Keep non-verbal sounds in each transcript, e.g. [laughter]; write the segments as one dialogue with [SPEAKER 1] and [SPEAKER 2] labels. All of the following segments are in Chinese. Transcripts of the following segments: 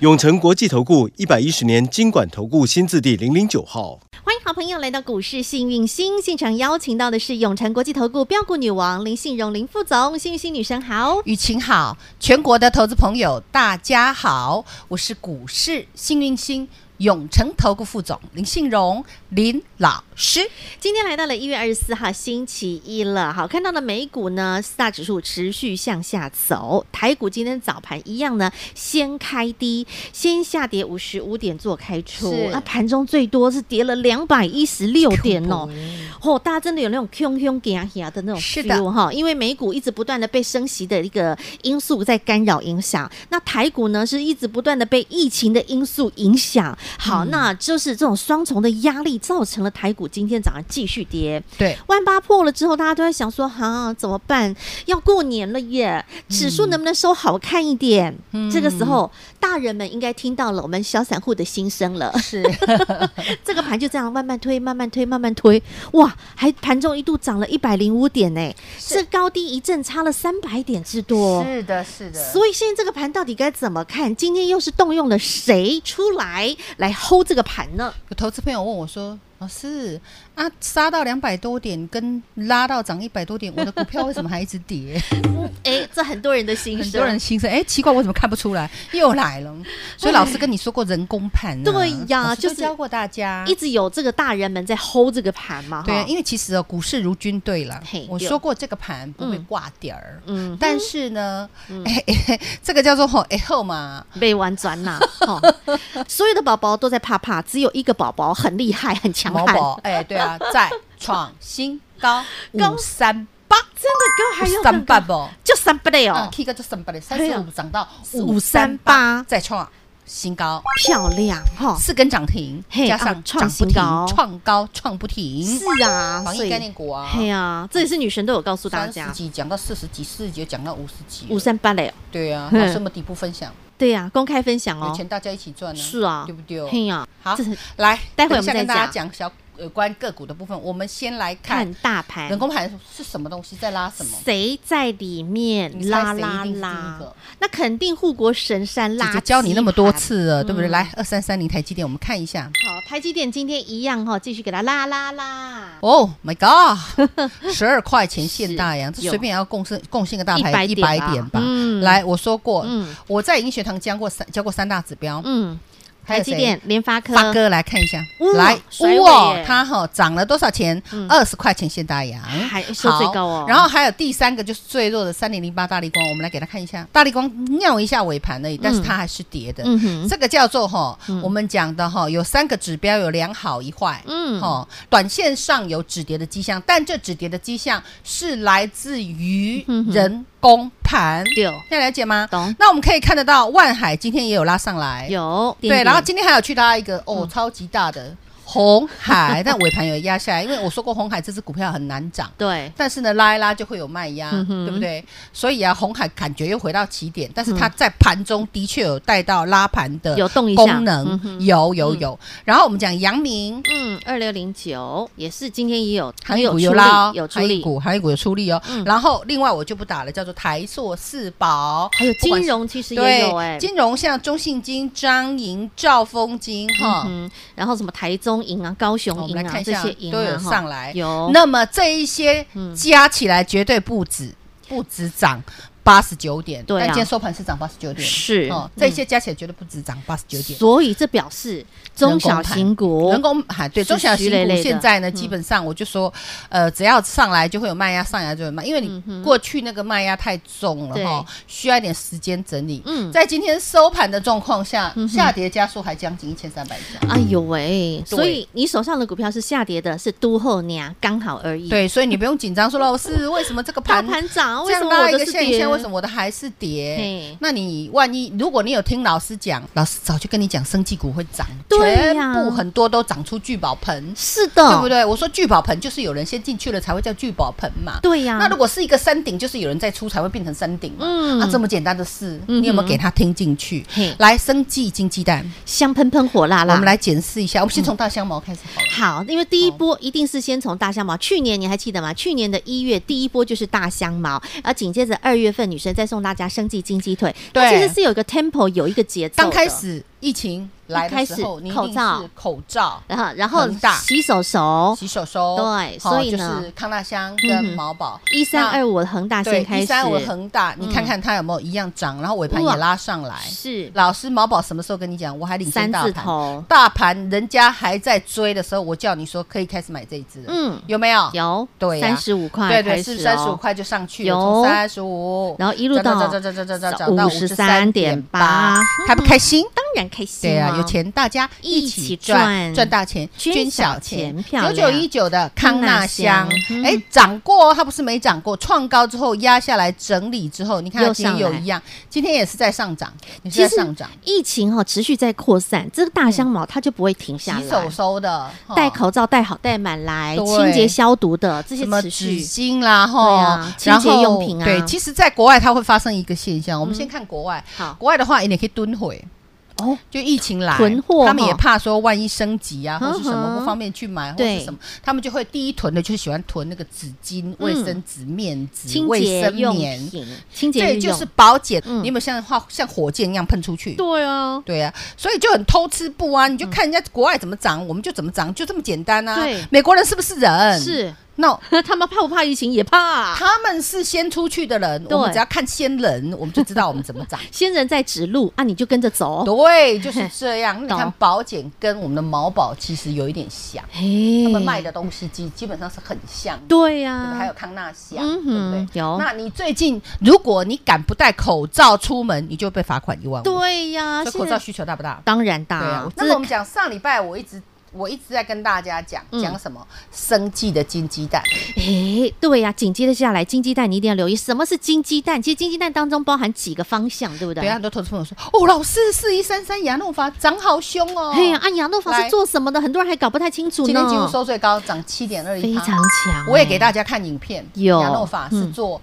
[SPEAKER 1] 永诚国际投顾一百一十年经管投顾新字第零零九号。
[SPEAKER 2] 欢迎好朋友来到股市幸运星现场，邀请到的是永诚国际投顾标股女王林信荣林副总，幸运星女神好。
[SPEAKER 3] 雨晴好，全国的投资朋友大家好，我是股市幸运星永诚投顾副总林信荣林老师。
[SPEAKER 2] 今天来到了一月二十四号星期一了，好看到了美股呢，四大指数持续向下走，台股今天早盘一样呢，先开低，先下跌五十五点做开出
[SPEAKER 3] 是，
[SPEAKER 2] 那盘中最多是跌了两百一十六点哦，哦，大家真的有那种 Q Q 给啊呀的那种
[SPEAKER 3] 是的
[SPEAKER 2] feel 哈，因为美股一直不断的被升息的一个因素在干扰影响，那台股呢是一直不断的被疫情的因素影响。
[SPEAKER 3] 嗯
[SPEAKER 2] 好，那就是这种双重的压力造成了台股今天早上继续跌。
[SPEAKER 3] 对，
[SPEAKER 2] 万八破了之后，大家都在想说，哈、怎么办？要过年了耶，指
[SPEAKER 3] 嗯
[SPEAKER 2] 数能不能收好看一点？这个时候，大人们应该听到了我们小散户的心声了。
[SPEAKER 3] [laughs] 是
[SPEAKER 2] 这个盘就这样慢慢推，慢慢推，慢慢推，哇，还盘中一度涨了一百零五点呢，
[SPEAKER 3] 是
[SPEAKER 2] 这高低一阵差了三百点之多。
[SPEAKER 3] 是的，是的，
[SPEAKER 2] 所以现在这个盘到底该怎么看？今天又是动用了谁出来来 hold 这个盘呢？
[SPEAKER 3] 有投资朋友问我说：“老师啊，杀到两百多点，跟拉到涨一百多点，我的股票为什么还一直 [laughs] 跌？”
[SPEAKER 2] 哎，这很多人的心声，
[SPEAKER 3] 很多人心声：“哎，奇怪，我怎么看不出来？又来了。”所以老师跟你说过人工盘、啊，
[SPEAKER 2] 对呀
[SPEAKER 3] 老师都
[SPEAKER 2] 就是
[SPEAKER 3] 教过大家
[SPEAKER 2] 一。直有这个大人们在 hold 这个盘嘛，
[SPEAKER 3] 对
[SPEAKER 2] 啊哈，
[SPEAKER 3] 因为其实哦，股市如军队了
[SPEAKER 2] 嘿，
[SPEAKER 3] 我
[SPEAKER 2] 对
[SPEAKER 3] 说过这个盘不会挂点儿，
[SPEAKER 2] 嗯，
[SPEAKER 3] 但是呢，哎、 [laughs] 哎这个叫做吼哎后嘛，
[SPEAKER 2] 被玩转
[SPEAKER 3] [laughs]
[SPEAKER 2] 啦、哦，所有的宝宝都在怕怕，只有一个宝宝很厉害，很强
[SPEAKER 3] 毛
[SPEAKER 2] 悍，
[SPEAKER 3] 宝哎对啊，
[SPEAKER 2] [laughs]
[SPEAKER 3] 在创新高
[SPEAKER 2] 高
[SPEAKER 3] 五三八，
[SPEAKER 2] 真的哥还有
[SPEAKER 3] 三八不？
[SPEAKER 2] 就三倍嘞哦。
[SPEAKER 3] 啊，K 哥就三八的，三十五涨到五三八，
[SPEAKER 2] 538
[SPEAKER 3] 再创新高，
[SPEAKER 2] 漂亮哈、
[SPEAKER 3] 四根涨停，
[SPEAKER 2] 哦嘿
[SPEAKER 3] 加
[SPEAKER 2] 啊
[SPEAKER 3] 上
[SPEAKER 2] 创
[SPEAKER 3] 涨不
[SPEAKER 2] 新高
[SPEAKER 3] 停，创高创不停，
[SPEAKER 2] 是啊，
[SPEAKER 3] 防
[SPEAKER 2] 所
[SPEAKER 3] 疫
[SPEAKER 2] 以
[SPEAKER 3] 概念股啊，
[SPEAKER 2] 嘿啊，这也是女神都有告诉大
[SPEAKER 3] 三十
[SPEAKER 2] 家，
[SPEAKER 3] 几讲到四十几，四十几讲到五十几，
[SPEAKER 2] 五三八嘞，
[SPEAKER 3] 对啊，
[SPEAKER 2] 嗯
[SPEAKER 3] 老师们底部分享，
[SPEAKER 2] 对呀、公开分享
[SPEAKER 3] 有
[SPEAKER 2] 哦，
[SPEAKER 3] 钱大家一起赚啊，
[SPEAKER 2] 是啊
[SPEAKER 3] 对不对？
[SPEAKER 2] 嘿呀、
[SPEAKER 3] 好
[SPEAKER 2] 这是，
[SPEAKER 3] 来，
[SPEAKER 2] 待会
[SPEAKER 3] 等
[SPEAKER 2] 我们
[SPEAKER 3] 一下
[SPEAKER 2] 再
[SPEAKER 3] 跟大家讲小有关个股的部分，我们先来看
[SPEAKER 2] 看大盘
[SPEAKER 3] 人工盘是什么东西，在拉什么？
[SPEAKER 2] 谁在里面
[SPEAKER 3] 你
[SPEAKER 2] 拉
[SPEAKER 3] 猜谁
[SPEAKER 2] 拉
[SPEAKER 3] 一定是第一
[SPEAKER 2] 拉
[SPEAKER 3] 个，
[SPEAKER 2] 那肯定护国神山拉。嗯
[SPEAKER 3] 姐姐教你那么多。次了，对不对？来，二三三零台积电，我们看一下。
[SPEAKER 2] 好，台积电今天一样哈、哦，继续给它拉拉拉，
[SPEAKER 3] Oh my god！
[SPEAKER 2] [laughs]
[SPEAKER 3] 十二块钱现大洋，
[SPEAKER 2] 是
[SPEAKER 3] 这
[SPEAKER 2] 有
[SPEAKER 3] 随便也要贡献贡献个大
[SPEAKER 2] 100
[SPEAKER 3] 牌一
[SPEAKER 2] 点啊
[SPEAKER 3] 百点吧
[SPEAKER 2] 嗯。
[SPEAKER 3] 来，我说过
[SPEAKER 2] 嗯，
[SPEAKER 3] 我在银学堂教过三教过三大指标，
[SPEAKER 2] 嗯，
[SPEAKER 3] 还
[SPEAKER 2] 台
[SPEAKER 3] 有
[SPEAKER 2] 积
[SPEAKER 3] 谁
[SPEAKER 2] 电、联发科，
[SPEAKER 3] 发哥来看一下
[SPEAKER 2] 哇，
[SPEAKER 3] 来，
[SPEAKER 2] 嗯甩尾
[SPEAKER 3] 哦
[SPEAKER 2] 耶，嗯
[SPEAKER 3] 它哈涨了多少钱？二十块钱现
[SPEAKER 2] [laughs]
[SPEAKER 3] 大洋，
[SPEAKER 2] 还收最高哦
[SPEAKER 3] 好然后还有第三个就是最弱的三零零八大力光，我们来给它看一下，大力光尿一下尾盘而已，但是它还是跌的。
[SPEAKER 2] 嗯哼，
[SPEAKER 3] 这个叫做哈，我们讲的哈，有三个指标，有良好一坏，
[SPEAKER 2] 嗯
[SPEAKER 3] 哈，短线上有止跌的迹象，但这止跌的迹象是来自于
[SPEAKER 2] 嗯
[SPEAKER 3] 人工盘，
[SPEAKER 2] 对
[SPEAKER 3] 现在了解吗？
[SPEAKER 2] 懂
[SPEAKER 3] 那我们可以看得到，万海今天也有拉上来，
[SPEAKER 2] 有
[SPEAKER 3] 哎对，
[SPEAKER 2] 点嗯点
[SPEAKER 3] 然后今天还有去拉一个哦，超级大的红海，但尾盘有压下来，因为我说过红海这只股票很难涨。
[SPEAKER 2] 对，
[SPEAKER 3] 但是呢，拉一拉就会有卖压，
[SPEAKER 2] 嗯哼
[SPEAKER 3] 对不对？所以啊，红海感觉又回到起点，但是它在盘中的确有带到拉盘的
[SPEAKER 2] 有动一下
[SPEAKER 3] 呃功能
[SPEAKER 2] 嗯，哼
[SPEAKER 3] 有有有。然后我们讲阳明。
[SPEAKER 2] 嗯，二六零九也是今天也有
[SPEAKER 3] 航
[SPEAKER 2] 也
[SPEAKER 3] 运
[SPEAKER 2] 有
[SPEAKER 3] 股
[SPEAKER 2] 出
[SPEAKER 3] 有啦哦，
[SPEAKER 2] 力，有出
[SPEAKER 3] 航运
[SPEAKER 2] 力，嗯
[SPEAKER 3] 股，航运股有出力哦。然后另外我就不打了，叫做台塑、四宝，
[SPEAKER 2] 还有
[SPEAKER 3] 不管
[SPEAKER 2] 金
[SPEAKER 3] 是
[SPEAKER 2] 融其实也
[SPEAKER 3] 对
[SPEAKER 2] 有哎、
[SPEAKER 3] 金融像中信金、张银、兆丰金哈，
[SPEAKER 2] 嗯，然后什么台中银啊、高雄
[SPEAKER 3] 哦我们
[SPEAKER 2] 银
[SPEAKER 3] 来
[SPEAKER 2] 啊
[SPEAKER 3] 看一
[SPEAKER 2] 这
[SPEAKER 3] 下
[SPEAKER 2] 些银
[SPEAKER 3] 都有
[SPEAKER 2] 啊，哈
[SPEAKER 3] 上来。
[SPEAKER 2] 有
[SPEAKER 3] 那么这一些加起来绝对不止，不止涨八十九点，
[SPEAKER 2] 对啊
[SPEAKER 3] 但今天收盘是涨八十九点，
[SPEAKER 2] 是
[SPEAKER 3] 哦，
[SPEAKER 2] 嗯
[SPEAKER 3] 这些加起来绝对不止涨八十九点。
[SPEAKER 2] 所以这表示中小型股
[SPEAKER 3] 人工啊，对
[SPEAKER 2] 是
[SPEAKER 3] 中小型
[SPEAKER 2] 徐磊磊的嗯
[SPEAKER 3] 股现在呢，基本上我就说，呃，只要上来就会有卖压，上来就会卖，因为你过去那个卖压太重
[SPEAKER 2] 嗯
[SPEAKER 3] 了
[SPEAKER 2] 对
[SPEAKER 3] 哈，需要一点时间整理。
[SPEAKER 2] 嗯
[SPEAKER 3] 在今天收盘的状况下，下跌加速还将近一千三百家。
[SPEAKER 2] 哎呦喂，
[SPEAKER 3] 对
[SPEAKER 2] 所以你手上的股票是下跌的，是都后娘刚好而已。，
[SPEAKER 3] 对，所以你不用紧张，说老师为什么这个
[SPEAKER 2] 大
[SPEAKER 3] 盘
[SPEAKER 2] 盘涨，啊为
[SPEAKER 3] 这
[SPEAKER 2] 什
[SPEAKER 3] 样
[SPEAKER 2] 么
[SPEAKER 3] 拉
[SPEAKER 2] 我
[SPEAKER 3] 一
[SPEAKER 2] 的
[SPEAKER 3] 个
[SPEAKER 2] 是
[SPEAKER 3] 线，
[SPEAKER 2] 跌？
[SPEAKER 3] 现在为什么我的还是跌
[SPEAKER 2] 嘿？
[SPEAKER 3] 那你万一如果你有听老师讲，老师早就跟你讲，生技股会涨，
[SPEAKER 2] 对
[SPEAKER 3] 全
[SPEAKER 2] 呀嗯
[SPEAKER 3] 部很多都涨出聚宝盆，
[SPEAKER 2] 是的，
[SPEAKER 3] 对不对？我说聚宝盆就是有人先进去了才会叫聚宝盆嘛。
[SPEAKER 2] 对呀、
[SPEAKER 3] 那如果是一个山顶，就是有人在出才会变成山顶嘛。
[SPEAKER 2] 嗯
[SPEAKER 3] 啊，这么简单的事，
[SPEAKER 2] 嗯哼
[SPEAKER 3] 你有没有给他听进去
[SPEAKER 2] 嘿？
[SPEAKER 3] 来，生技金鸡蛋，
[SPEAKER 2] 香喷喷火辣
[SPEAKER 3] 我
[SPEAKER 2] 辣，
[SPEAKER 3] 们来检视一下。我
[SPEAKER 2] 嗯
[SPEAKER 3] 们先从大香茅开始好了。
[SPEAKER 2] 好，因为第一波一定是先从大香茅。去年你还记得吗？去年的一月第一波就是大香茅，而紧接着二月份女生再送大家生计金鸡腿，
[SPEAKER 3] 对
[SPEAKER 2] 它其实是有一个 tempo 有一个节奏的。
[SPEAKER 3] 刚开始疫情来的时候，
[SPEAKER 2] 一开始
[SPEAKER 3] 你一定是口罩、
[SPEAKER 2] 然后然后
[SPEAKER 3] 恒大
[SPEAKER 2] 洗手手
[SPEAKER 3] 洗手手，
[SPEAKER 2] 哦对
[SPEAKER 3] 好
[SPEAKER 2] 所以
[SPEAKER 3] 就
[SPEAKER 2] 呢
[SPEAKER 3] 是康大香
[SPEAKER 2] 嗯
[SPEAKER 3] 跟
[SPEAKER 2] 哼
[SPEAKER 3] 毛宝
[SPEAKER 2] 一三二五恒大
[SPEAKER 3] 对
[SPEAKER 2] 先开始，嗯
[SPEAKER 3] 一三五恒大，你看看它有没有一样涨，然后尾盘也
[SPEAKER 2] 哇
[SPEAKER 3] 拉上来。
[SPEAKER 2] 是
[SPEAKER 3] 老师毛宝什么时候跟你讲？我还领先
[SPEAKER 2] 三
[SPEAKER 3] 大
[SPEAKER 2] 字
[SPEAKER 3] 盘，哦
[SPEAKER 2] 头，
[SPEAKER 3] 大盘人家还在追的时候，我叫你说可以开始买这一只了，
[SPEAKER 2] 嗯，
[SPEAKER 3] 有没有？
[SPEAKER 2] 有
[SPEAKER 3] 对呀
[SPEAKER 2] 三十五块
[SPEAKER 3] 对
[SPEAKER 2] 开
[SPEAKER 3] 对，
[SPEAKER 2] 始
[SPEAKER 3] 是
[SPEAKER 2] 哦
[SPEAKER 3] 三十五块就上去
[SPEAKER 2] 有
[SPEAKER 3] 了，从三十五，
[SPEAKER 2] 然后一路到
[SPEAKER 3] 涨涨涨涨涨涨涨到
[SPEAKER 2] 53.8
[SPEAKER 3] 开不开心？
[SPEAKER 2] 当然开心
[SPEAKER 3] 对啊，
[SPEAKER 2] 啊
[SPEAKER 3] 有钱大家一
[SPEAKER 2] 一
[SPEAKER 3] 起
[SPEAKER 2] 起
[SPEAKER 3] 赚，
[SPEAKER 2] 赚
[SPEAKER 3] 赚大钱，
[SPEAKER 2] 捐小钱漂
[SPEAKER 3] 九
[SPEAKER 2] 亮
[SPEAKER 3] 九一九的康纳
[SPEAKER 2] 康
[SPEAKER 3] 香
[SPEAKER 2] 纳香，嗯
[SPEAKER 3] 哎，涨过哦，它不是没涨过，创高之后压下来整理之后，你看它
[SPEAKER 2] 又
[SPEAKER 3] 今天
[SPEAKER 2] 上
[SPEAKER 3] 有
[SPEAKER 2] 来
[SPEAKER 3] 一样，今天也是在上涨，也是在上涨，
[SPEAKER 2] 疫情哈、哦、持续在扩散，这个大香茅它就不会停下来。
[SPEAKER 3] 嗯洗手收的，哈
[SPEAKER 2] 戴口罩戴好戴满来，
[SPEAKER 3] 哦对
[SPEAKER 2] 清洁消毒的这些
[SPEAKER 3] 什么
[SPEAKER 2] 持
[SPEAKER 3] 纸
[SPEAKER 2] 续
[SPEAKER 3] 巾啦，
[SPEAKER 2] 对
[SPEAKER 3] 哈
[SPEAKER 2] 啊，
[SPEAKER 3] 然
[SPEAKER 2] 清洁
[SPEAKER 3] 后
[SPEAKER 2] 用品啊嗯
[SPEAKER 3] 对，其实，在国外它会发生一个现象，我们先看国外，
[SPEAKER 2] 好
[SPEAKER 3] 国外的话，也可以蹲回。
[SPEAKER 2] 哦，
[SPEAKER 3] 就疫情来，
[SPEAKER 2] 囤货
[SPEAKER 3] 他们
[SPEAKER 2] 哈
[SPEAKER 3] 也怕说万一升级啊，
[SPEAKER 2] 嗯
[SPEAKER 3] 或是什么
[SPEAKER 2] 哼
[SPEAKER 3] 不方便去买，或
[SPEAKER 2] 对嗯
[SPEAKER 3] 是什么，他们就会第一囤的就喜欢囤那个纸巾、卫生纸、面纸、
[SPEAKER 2] 清
[SPEAKER 3] 卫
[SPEAKER 2] 洁
[SPEAKER 3] 生
[SPEAKER 2] 用
[SPEAKER 3] 棉，
[SPEAKER 2] 品、清洁
[SPEAKER 3] 对，
[SPEAKER 2] 日
[SPEAKER 3] 就
[SPEAKER 2] 用
[SPEAKER 3] 是保险。
[SPEAKER 2] 嗯
[SPEAKER 3] 你有没有像化像火箭一样喷出去？
[SPEAKER 2] 对啊，
[SPEAKER 3] 对啊，所以就很偷吃不啊！你就看人家国外怎么涨，我们就怎么涨，就这么简单啊！
[SPEAKER 2] 对
[SPEAKER 3] 美国人是不是 [laughs] 人？
[SPEAKER 2] 是
[SPEAKER 3] no，
[SPEAKER 2] 他们怕不怕疫情也怕啊、
[SPEAKER 3] 他们是先出去的人，
[SPEAKER 2] 对
[SPEAKER 3] 我们只要看先人，我们就知道我们怎么涨。
[SPEAKER 2] 先人在指路啊，你就跟着走。
[SPEAKER 3] 对，就是
[SPEAKER 2] [laughs]
[SPEAKER 3] 这样。你看
[SPEAKER 2] 懂
[SPEAKER 3] 保险跟我们的毛宝其实有一点像，
[SPEAKER 2] 嘿
[SPEAKER 3] 他们卖的东西基基本上是很像的。
[SPEAKER 2] 嗯对呀、
[SPEAKER 3] 对不对还有康纳香，
[SPEAKER 2] 嗯
[SPEAKER 3] 对不
[SPEAKER 2] 哼
[SPEAKER 3] 对？
[SPEAKER 2] 有
[SPEAKER 3] 那你最近，如果你敢不戴口罩出门，你就被罚款一万五。，
[SPEAKER 2] 对啊呀、
[SPEAKER 3] 所以
[SPEAKER 2] 现
[SPEAKER 3] 口罩
[SPEAKER 2] 在
[SPEAKER 3] 需求大不大？
[SPEAKER 2] 当然大、
[SPEAKER 3] 对啊。
[SPEAKER 2] 这
[SPEAKER 3] 那么我们讲上礼拜，我一直我一直在跟大家讲
[SPEAKER 2] 嗯
[SPEAKER 3] 讲什么？生计的金鸡蛋，
[SPEAKER 2] 诶，对呀、紧接着下来，金鸡蛋你一定要留意，什么是金鸡蛋？其实金鸡蛋当中包含几个方向，对不对？
[SPEAKER 3] 对啊，很多投资朋友说，哦，老师四一三三亚诺法涨好凶哦。
[SPEAKER 2] 嘿呀，啊按亚诺法
[SPEAKER 3] 来
[SPEAKER 2] 是做什么的？很多人还搞不太清楚呢。
[SPEAKER 3] 今天几乎收最高，涨七点二一，
[SPEAKER 2] 非常强、哎
[SPEAKER 3] 我也给大家看影片，
[SPEAKER 2] 有
[SPEAKER 3] 亚诺法是
[SPEAKER 2] 嗯
[SPEAKER 3] 做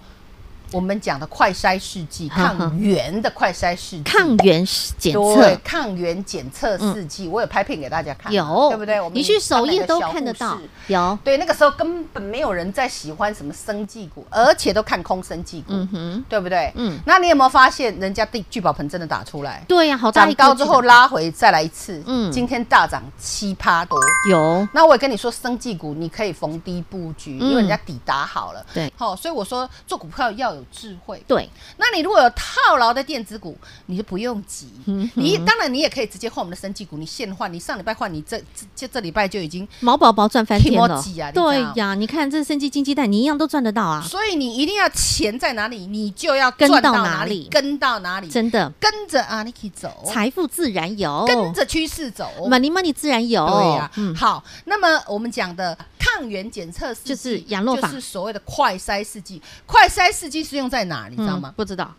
[SPEAKER 3] 我们讲的快筛试剂，
[SPEAKER 2] 呵呵
[SPEAKER 3] 抗原的快筛试剂，
[SPEAKER 2] 抗原检
[SPEAKER 3] 对
[SPEAKER 2] 测，嗯
[SPEAKER 3] 抗原检测试剂，我有拍片给大家看，
[SPEAKER 2] 有
[SPEAKER 3] 对不对？我们
[SPEAKER 2] 你去首页都
[SPEAKER 3] 当那个
[SPEAKER 2] 看得
[SPEAKER 3] 小
[SPEAKER 2] 到
[SPEAKER 3] 护士。
[SPEAKER 2] 有，
[SPEAKER 3] 对，那个时候根本没有人在喜欢什么生技股，而且都看空生技股，
[SPEAKER 2] 嗯哼，
[SPEAKER 3] 对不对？
[SPEAKER 2] 嗯
[SPEAKER 3] 那你有没有发现，人家地聚宝盆真的打出来，
[SPEAKER 2] 对呀、好大
[SPEAKER 3] 涨
[SPEAKER 2] 一个
[SPEAKER 3] 高之后
[SPEAKER 2] 巨
[SPEAKER 3] 拉回再来一次，
[SPEAKER 2] 嗯
[SPEAKER 3] 今天大涨七趴多，
[SPEAKER 2] 大有，
[SPEAKER 3] 那我也跟你说，生技股你可以逢低布局，因为人家底打好了。
[SPEAKER 2] 对
[SPEAKER 3] 好、所以我说做股票要有智慧。
[SPEAKER 2] 对，
[SPEAKER 3] 那你如果有套牢的电子股，你就不用急。你当然你也可以直接换我们的生技股，你现换，你上礼拜换，你这这这这礼拜就已经。
[SPEAKER 2] 毛宝宝赚翻天了，
[SPEAKER 3] Kimochi 啊你知道
[SPEAKER 2] 对呀，你看这生机金鸡蛋，你一样都赚得到啊，
[SPEAKER 3] 所以你一定要钱在哪里，你就要
[SPEAKER 2] 跟
[SPEAKER 3] 赚
[SPEAKER 2] 到
[SPEAKER 3] 到
[SPEAKER 2] 哪
[SPEAKER 3] 哪
[SPEAKER 2] 里
[SPEAKER 3] 里，跟到哪里，
[SPEAKER 2] 真的，
[SPEAKER 3] 跟着阿 n i k 走，
[SPEAKER 2] 财富自然有，
[SPEAKER 3] 哦跟着趋势走。
[SPEAKER 2] money money 自然有，
[SPEAKER 3] 对呀、
[SPEAKER 2] 嗯，
[SPEAKER 3] 好，那么我们讲的抗原检测试剂
[SPEAKER 2] 就是羊肉法
[SPEAKER 3] 就是所谓的快筛试剂。快筛试剂是用在哪？你知道
[SPEAKER 2] 嗯
[SPEAKER 3] 吗？
[SPEAKER 2] 不知道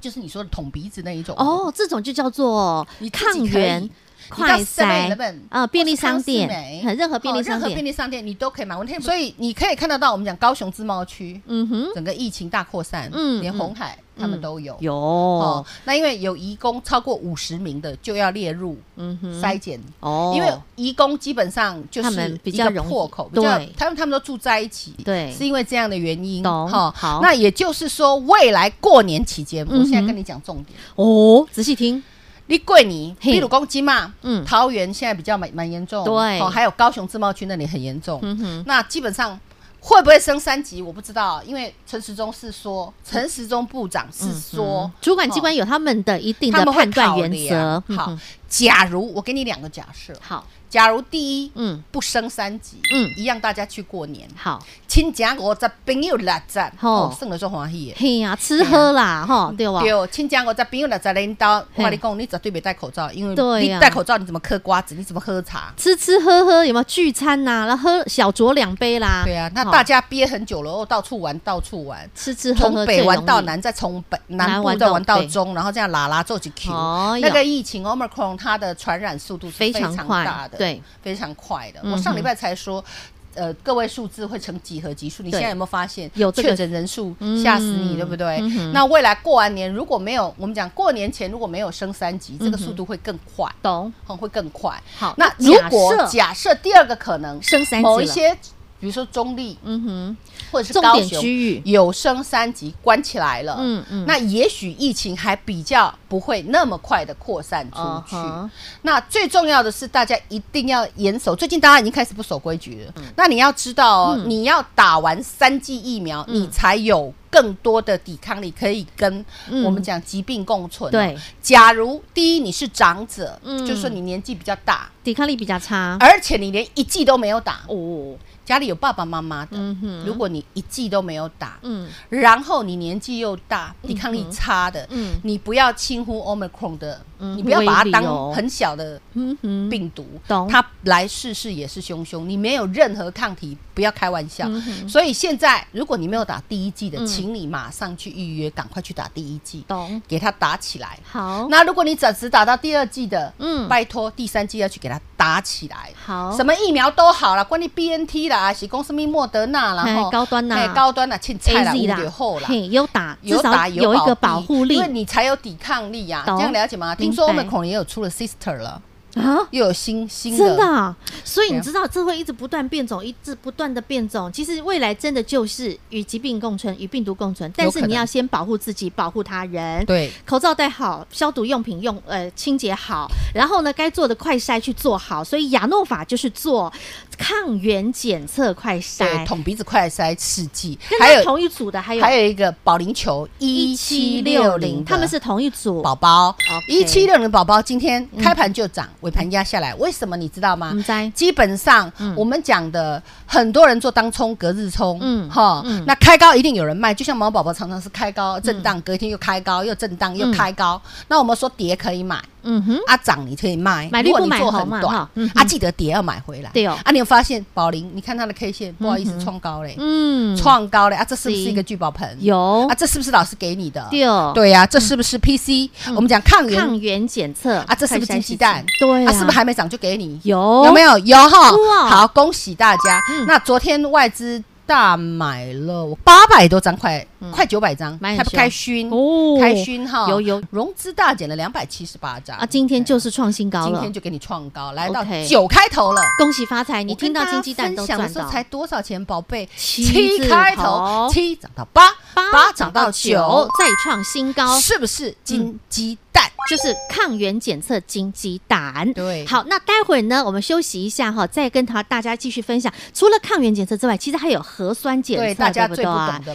[SPEAKER 3] 就是你说的捅鼻子那一种。
[SPEAKER 2] 哦，这种就叫做
[SPEAKER 3] 你自己
[SPEAKER 2] 抗
[SPEAKER 3] 可以
[SPEAKER 2] 原
[SPEAKER 3] 你到
[SPEAKER 2] 快筛
[SPEAKER 3] 7-Eleven
[SPEAKER 2] 啊，便利商店
[SPEAKER 3] 或是康斯，美
[SPEAKER 2] 很任何便利
[SPEAKER 3] 哦
[SPEAKER 2] 商
[SPEAKER 3] 任何便
[SPEAKER 2] 店，
[SPEAKER 3] 利商店你都可以买。我那天所以你可以看得到，我们讲高雄自贸区
[SPEAKER 2] 嗯哼，
[SPEAKER 3] 整个疫情大扩散，
[SPEAKER 2] 嗯
[SPEAKER 3] 连
[SPEAKER 2] 嗯
[SPEAKER 3] 红海他们都有。
[SPEAKER 2] 有
[SPEAKER 3] 哦，，那因为有移工超过五十名的就要列入
[SPEAKER 2] 嗯哼，
[SPEAKER 3] 筛检
[SPEAKER 2] 哦，
[SPEAKER 3] 因为移工基本上就是
[SPEAKER 2] 他们比
[SPEAKER 3] 一
[SPEAKER 2] 较
[SPEAKER 3] 个
[SPEAKER 2] 容易
[SPEAKER 3] 破口，比
[SPEAKER 2] 对
[SPEAKER 3] 较他们他们都住在一起，
[SPEAKER 2] 对
[SPEAKER 3] 是因为这样的原因。
[SPEAKER 2] 懂
[SPEAKER 3] 哈
[SPEAKER 2] 好
[SPEAKER 3] 那也就是说，未来过年期间，
[SPEAKER 2] 嗯
[SPEAKER 3] 我现在
[SPEAKER 2] 哼
[SPEAKER 3] 跟你讲重点，
[SPEAKER 2] 哦，仔细听，
[SPEAKER 3] 你过年，
[SPEAKER 2] 嘿
[SPEAKER 3] 比如公鸡嘛，
[SPEAKER 2] 嗯
[SPEAKER 3] 桃园现在比较蛮蛮严重，
[SPEAKER 2] 对
[SPEAKER 3] 哦，还有高雄自贸区那里很严重，
[SPEAKER 2] 嗯哼，
[SPEAKER 3] 那基本上。会不会升三级？我不知道，因为陈时中是说，
[SPEAKER 2] 嗯
[SPEAKER 3] 陈时中部长是说，
[SPEAKER 2] 主管机关有他们的一定的
[SPEAKER 3] 他们会
[SPEAKER 2] 判断
[SPEAKER 3] 考
[SPEAKER 2] 原
[SPEAKER 3] 量
[SPEAKER 2] 则，嗯
[SPEAKER 3] 好
[SPEAKER 2] 哼，
[SPEAKER 3] 假如我给你两个假设，
[SPEAKER 2] 好，
[SPEAKER 3] 假如第一，
[SPEAKER 2] 嗯
[SPEAKER 3] 不升三级，
[SPEAKER 2] 嗯
[SPEAKER 3] 一样大家去过年，
[SPEAKER 2] 好，
[SPEAKER 3] 亲戚五十，朋友六十，
[SPEAKER 2] 吼
[SPEAKER 3] 哦，算了说欢喜的。
[SPEAKER 2] 嘿呀，吃喝啦，哈，对吧？
[SPEAKER 3] 嗯对，哦亲戚五十，朋友六十，领导，
[SPEAKER 2] 嘿
[SPEAKER 3] 我跟你讲，你绝对别戴口罩，因
[SPEAKER 2] 对
[SPEAKER 3] 为
[SPEAKER 2] 呀
[SPEAKER 3] 你戴口罩，你怎么嗑瓜子，你怎么喝茶？
[SPEAKER 2] 吃吃喝喝有没有聚餐呐？然后喝小酌两杯啦。
[SPEAKER 3] 对啊，那
[SPEAKER 2] 好
[SPEAKER 3] 大家憋很久了，哦，到处玩，到处玩，
[SPEAKER 2] 吃吃喝喝
[SPEAKER 3] 从北
[SPEAKER 2] 最
[SPEAKER 3] 玩
[SPEAKER 2] 容
[SPEAKER 3] 到
[SPEAKER 2] 易，
[SPEAKER 3] 南，再从北
[SPEAKER 2] 南
[SPEAKER 3] 南部
[SPEAKER 2] 玩
[SPEAKER 3] 再
[SPEAKER 2] 到
[SPEAKER 3] 玩到
[SPEAKER 2] 北
[SPEAKER 3] 中，然后这样拉拉做几 Q。
[SPEAKER 2] 哦哟
[SPEAKER 3] 那个疫情 Omicron 它的传染速度是
[SPEAKER 2] 非
[SPEAKER 3] 非
[SPEAKER 2] 常
[SPEAKER 3] 常
[SPEAKER 2] 快
[SPEAKER 3] 大的，
[SPEAKER 2] 对，
[SPEAKER 3] 非常快的。
[SPEAKER 2] 嗯哼
[SPEAKER 3] 我上礼拜才说。呃，各位数字会成几何级数？你
[SPEAKER 2] 对
[SPEAKER 3] 现在有没有发现
[SPEAKER 2] 有这个
[SPEAKER 3] 确诊人数
[SPEAKER 2] 嗯
[SPEAKER 3] 吓死你，对不对
[SPEAKER 2] 嗯哼？
[SPEAKER 3] 那未来过完年如果没有，我们讲过年前如果没有升三级，这个
[SPEAKER 2] 嗯哼
[SPEAKER 3] 速度会更快，
[SPEAKER 2] 懂？
[SPEAKER 3] 很会更快。
[SPEAKER 2] 好，
[SPEAKER 3] 那如
[SPEAKER 2] 假
[SPEAKER 3] 果
[SPEAKER 2] 设
[SPEAKER 3] 假设第二个可能
[SPEAKER 2] 升三级
[SPEAKER 3] 某一
[SPEAKER 2] 了
[SPEAKER 3] 些，比如说中立
[SPEAKER 2] 嗯哼，
[SPEAKER 3] 或者是
[SPEAKER 2] 重
[SPEAKER 3] 高
[SPEAKER 2] 点
[SPEAKER 3] 雄
[SPEAKER 2] 区域
[SPEAKER 3] 有升三级关起来了，
[SPEAKER 2] 嗯嗯
[SPEAKER 3] 那也许疫情还比较不会那么快的扩散出
[SPEAKER 2] 嗯
[SPEAKER 3] 去。
[SPEAKER 2] 哼
[SPEAKER 3] 那最重要的是，大家一定要严守。最近大家已经开始不守规矩
[SPEAKER 2] 嗯
[SPEAKER 3] 了，那你要知道哦，你要打完三剂疫苗，你才有。更多的抵抗力可以跟
[SPEAKER 2] 嗯
[SPEAKER 3] 我们讲疾病共存、哦
[SPEAKER 2] 对，
[SPEAKER 3] 假如第一你是长者，
[SPEAKER 2] 嗯
[SPEAKER 3] 就是说你年纪比较大，
[SPEAKER 2] 抵抗力比较差。
[SPEAKER 3] 而且你连一剂都没有打，
[SPEAKER 2] 哦，
[SPEAKER 3] 家里有爸爸妈妈的，
[SPEAKER 2] 嗯哼
[SPEAKER 3] 如果你一剂都没有打，
[SPEAKER 2] 嗯
[SPEAKER 3] 然后你年纪又大，抵抗力差的，
[SPEAKER 2] 嗯
[SPEAKER 3] 你不要轻忽 Omicron 的，
[SPEAKER 2] 嗯
[SPEAKER 3] 你不要把
[SPEAKER 2] 威力
[SPEAKER 3] 它
[SPEAKER 2] 哦
[SPEAKER 3] 当很小的
[SPEAKER 2] 嗯哼，
[SPEAKER 3] 病毒，
[SPEAKER 2] 懂
[SPEAKER 3] 它来世世也是汹汹，你没有任何抗体，不要开玩笑。
[SPEAKER 2] 嗯哼
[SPEAKER 3] 所以现在如果你没有打第一剂的，
[SPEAKER 2] 嗯
[SPEAKER 3] 请你马上去预约，赶快去打第一剂，
[SPEAKER 2] 懂。
[SPEAKER 3] 给它打起来。
[SPEAKER 2] 好，
[SPEAKER 3] 那如果你只只打到第二剂的，
[SPEAKER 2] 嗯
[SPEAKER 3] 拜托第三剂要去给它打起来。
[SPEAKER 2] 好
[SPEAKER 3] 什么疫苗都好了，关于 B N T 啦，还是公司密莫德纳啦，
[SPEAKER 2] 嘿
[SPEAKER 3] 吼
[SPEAKER 2] 高端啦
[SPEAKER 3] 嘿高端啦，欠菜啦，
[SPEAKER 2] A
[SPEAKER 3] 五
[SPEAKER 2] Z 啦
[SPEAKER 3] 点后，啦。
[SPEAKER 2] 嘿，有打，至
[SPEAKER 3] 有
[SPEAKER 2] 少
[SPEAKER 3] 打
[SPEAKER 2] 有一个保护力
[SPEAKER 3] 因为你才有抵抗力呀、
[SPEAKER 2] 懂
[SPEAKER 3] 这样了解吗？听说我
[SPEAKER 2] 明
[SPEAKER 3] 们
[SPEAKER 2] 白
[SPEAKER 3] 孔也有出了 sister 了，
[SPEAKER 2] 啊。
[SPEAKER 3] 又有新新的，
[SPEAKER 2] 真的啊、所以
[SPEAKER 3] 对
[SPEAKER 2] 你
[SPEAKER 3] 啊
[SPEAKER 2] 知道这会一直不断变种，一直不断的变种。其实未来真的就是与疾病共存，与病毒共存，但
[SPEAKER 3] 有
[SPEAKER 2] 是
[SPEAKER 3] 可
[SPEAKER 2] 你
[SPEAKER 3] 能
[SPEAKER 2] 要先保护自己，保护他人。
[SPEAKER 3] 对，
[SPEAKER 2] 口罩戴好，消毒用品用呃清洁好，然后呢，该做的快筛去做好。所以亚诺法就是做抗原检测快
[SPEAKER 3] 对，
[SPEAKER 2] 筛，
[SPEAKER 3] 捅鼻子快筛试剂，
[SPEAKER 2] 跟
[SPEAKER 3] 还
[SPEAKER 2] 他
[SPEAKER 3] 有
[SPEAKER 2] 同一组的还有
[SPEAKER 3] 还有一个保龄球一七六零，
[SPEAKER 2] 他们是同一组。
[SPEAKER 3] 宝宝
[SPEAKER 2] OK 嗯
[SPEAKER 3] 一七六零宝宝今天开盘就涨，尾盘压下来，为什么你知道吗
[SPEAKER 2] 唔知？
[SPEAKER 3] 基本上
[SPEAKER 2] 嗯
[SPEAKER 3] 我们讲的很多人做当冲、隔日冲，
[SPEAKER 2] 嗯
[SPEAKER 3] 嗯哈
[SPEAKER 2] 嗯，
[SPEAKER 3] 那开高一定有人卖，就像毛宝宝常常是开高震荡，隔天又开高又震荡又开高，那我们说跌可以买。
[SPEAKER 2] 嗯哼，
[SPEAKER 3] 啊，涨你可以卖，
[SPEAKER 2] 买绿
[SPEAKER 3] 如
[SPEAKER 2] 不
[SPEAKER 3] 果你
[SPEAKER 2] 买
[SPEAKER 3] 做
[SPEAKER 2] 红
[SPEAKER 3] 很
[SPEAKER 2] 嘛
[SPEAKER 3] 短
[SPEAKER 2] 哈嗯哼
[SPEAKER 3] 啊，记得跌要买回来。
[SPEAKER 2] 对哦
[SPEAKER 3] 啊，你有发现宝林？你看它的 K 线，不好意思，创高嘞，
[SPEAKER 2] 嗯，
[SPEAKER 3] 创高嘞啊，这是不是
[SPEAKER 2] 是
[SPEAKER 3] 一个聚宝盆？
[SPEAKER 2] 有
[SPEAKER 3] 啊，这是不是老师给你的？
[SPEAKER 2] 对哦嗯
[SPEAKER 3] 对呀，这是不是 PC？我们讲抗
[SPEAKER 2] 抗
[SPEAKER 3] 原
[SPEAKER 2] 原检测
[SPEAKER 3] 啊，这是不是金鸡
[SPEAKER 2] 快筛
[SPEAKER 3] 蛋
[SPEAKER 2] 试剂？对
[SPEAKER 3] 啊，是不是还没涨就给你？
[SPEAKER 2] 有
[SPEAKER 3] 有没有？有哈
[SPEAKER 2] 哇，嗯
[SPEAKER 3] 好，恭喜大家。那昨天外资大买了八百多张，快快九百张，
[SPEAKER 2] 嗯买很
[SPEAKER 3] 开不
[SPEAKER 2] 凶
[SPEAKER 3] 开心？
[SPEAKER 2] 哦
[SPEAKER 3] 开心哈，
[SPEAKER 2] 有有
[SPEAKER 3] 融资大减了两百七十八张
[SPEAKER 2] 啊？今天
[SPEAKER 3] 对
[SPEAKER 2] 就是创新高
[SPEAKER 3] 今
[SPEAKER 2] 了
[SPEAKER 3] 天，就给你创高，来到
[SPEAKER 2] OK
[SPEAKER 3] 九开头了。
[SPEAKER 2] 恭喜发财！你
[SPEAKER 3] 我跟
[SPEAKER 2] 听到
[SPEAKER 3] 大家
[SPEAKER 2] 金鸡蛋都
[SPEAKER 3] 分享的
[SPEAKER 2] 赚
[SPEAKER 3] 时候
[SPEAKER 2] 到，
[SPEAKER 3] 才多少钱，宝贝？
[SPEAKER 2] 七字
[SPEAKER 3] 开
[SPEAKER 2] 头
[SPEAKER 3] 头，七涨到八，八涨到九，
[SPEAKER 2] 再创新高，
[SPEAKER 3] 是不是金
[SPEAKER 2] 嗯
[SPEAKER 3] 鸡蛋？
[SPEAKER 2] 就是抗原检测金鸡蛋。
[SPEAKER 3] 对
[SPEAKER 2] 好，那待会儿呢，我们休息一下哈，再跟他大家继续分享。除了抗原检测之外，其实还有核酸检测，
[SPEAKER 3] 对，大家
[SPEAKER 2] 对
[SPEAKER 3] 最不
[SPEAKER 2] 啊
[SPEAKER 3] 懂的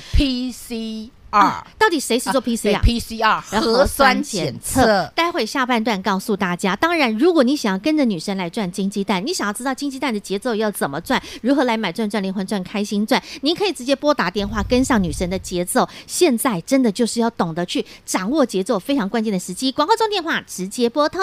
[SPEAKER 3] 啊 PCR，
[SPEAKER 2] 到底谁是做啊 PCR？、
[SPEAKER 3] PCR
[SPEAKER 2] 然后
[SPEAKER 3] 核酸检测。
[SPEAKER 2] 待会下半段告诉大家。当然，如果你想要跟着女神来赚金鸡蛋，你想要知道金鸡蛋的节奏要怎么赚，如何来买赚赚连环赚开心赚，您可以直接拨打电话跟上女神的节奏。现在真的就是要懂得去掌握节奏，非常关键的时机。广告中电话直接拨通。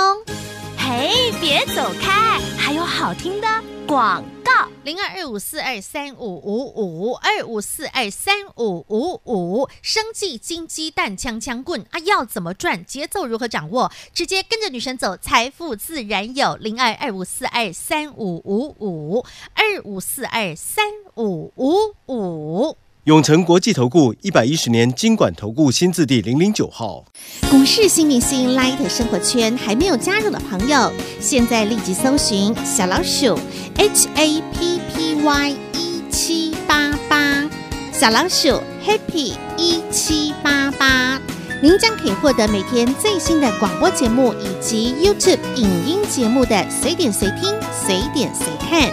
[SPEAKER 4] 嘿，别走开，还有好听的广告。
[SPEAKER 2] 零二二五四二三五五五二五四二三五五五，生计金鸡蛋枪枪棍啊，要怎么赚？节奏如何掌握？直接跟着女神走，财富自然有。零二二五四二三五五五二五四二三五五五。
[SPEAKER 1] 永诚国际投顾一百一十年金管投顾新字第零零九号，
[SPEAKER 2] 股市新明星 Light 生活圈还没有加入的朋友，现在立即搜寻小老鼠 HAPPY 一七八八，小老鼠 Happy 一七八八，您将可以获得每天最新的广播节目以及 YouTube 影音节目的随点随听、随点随看。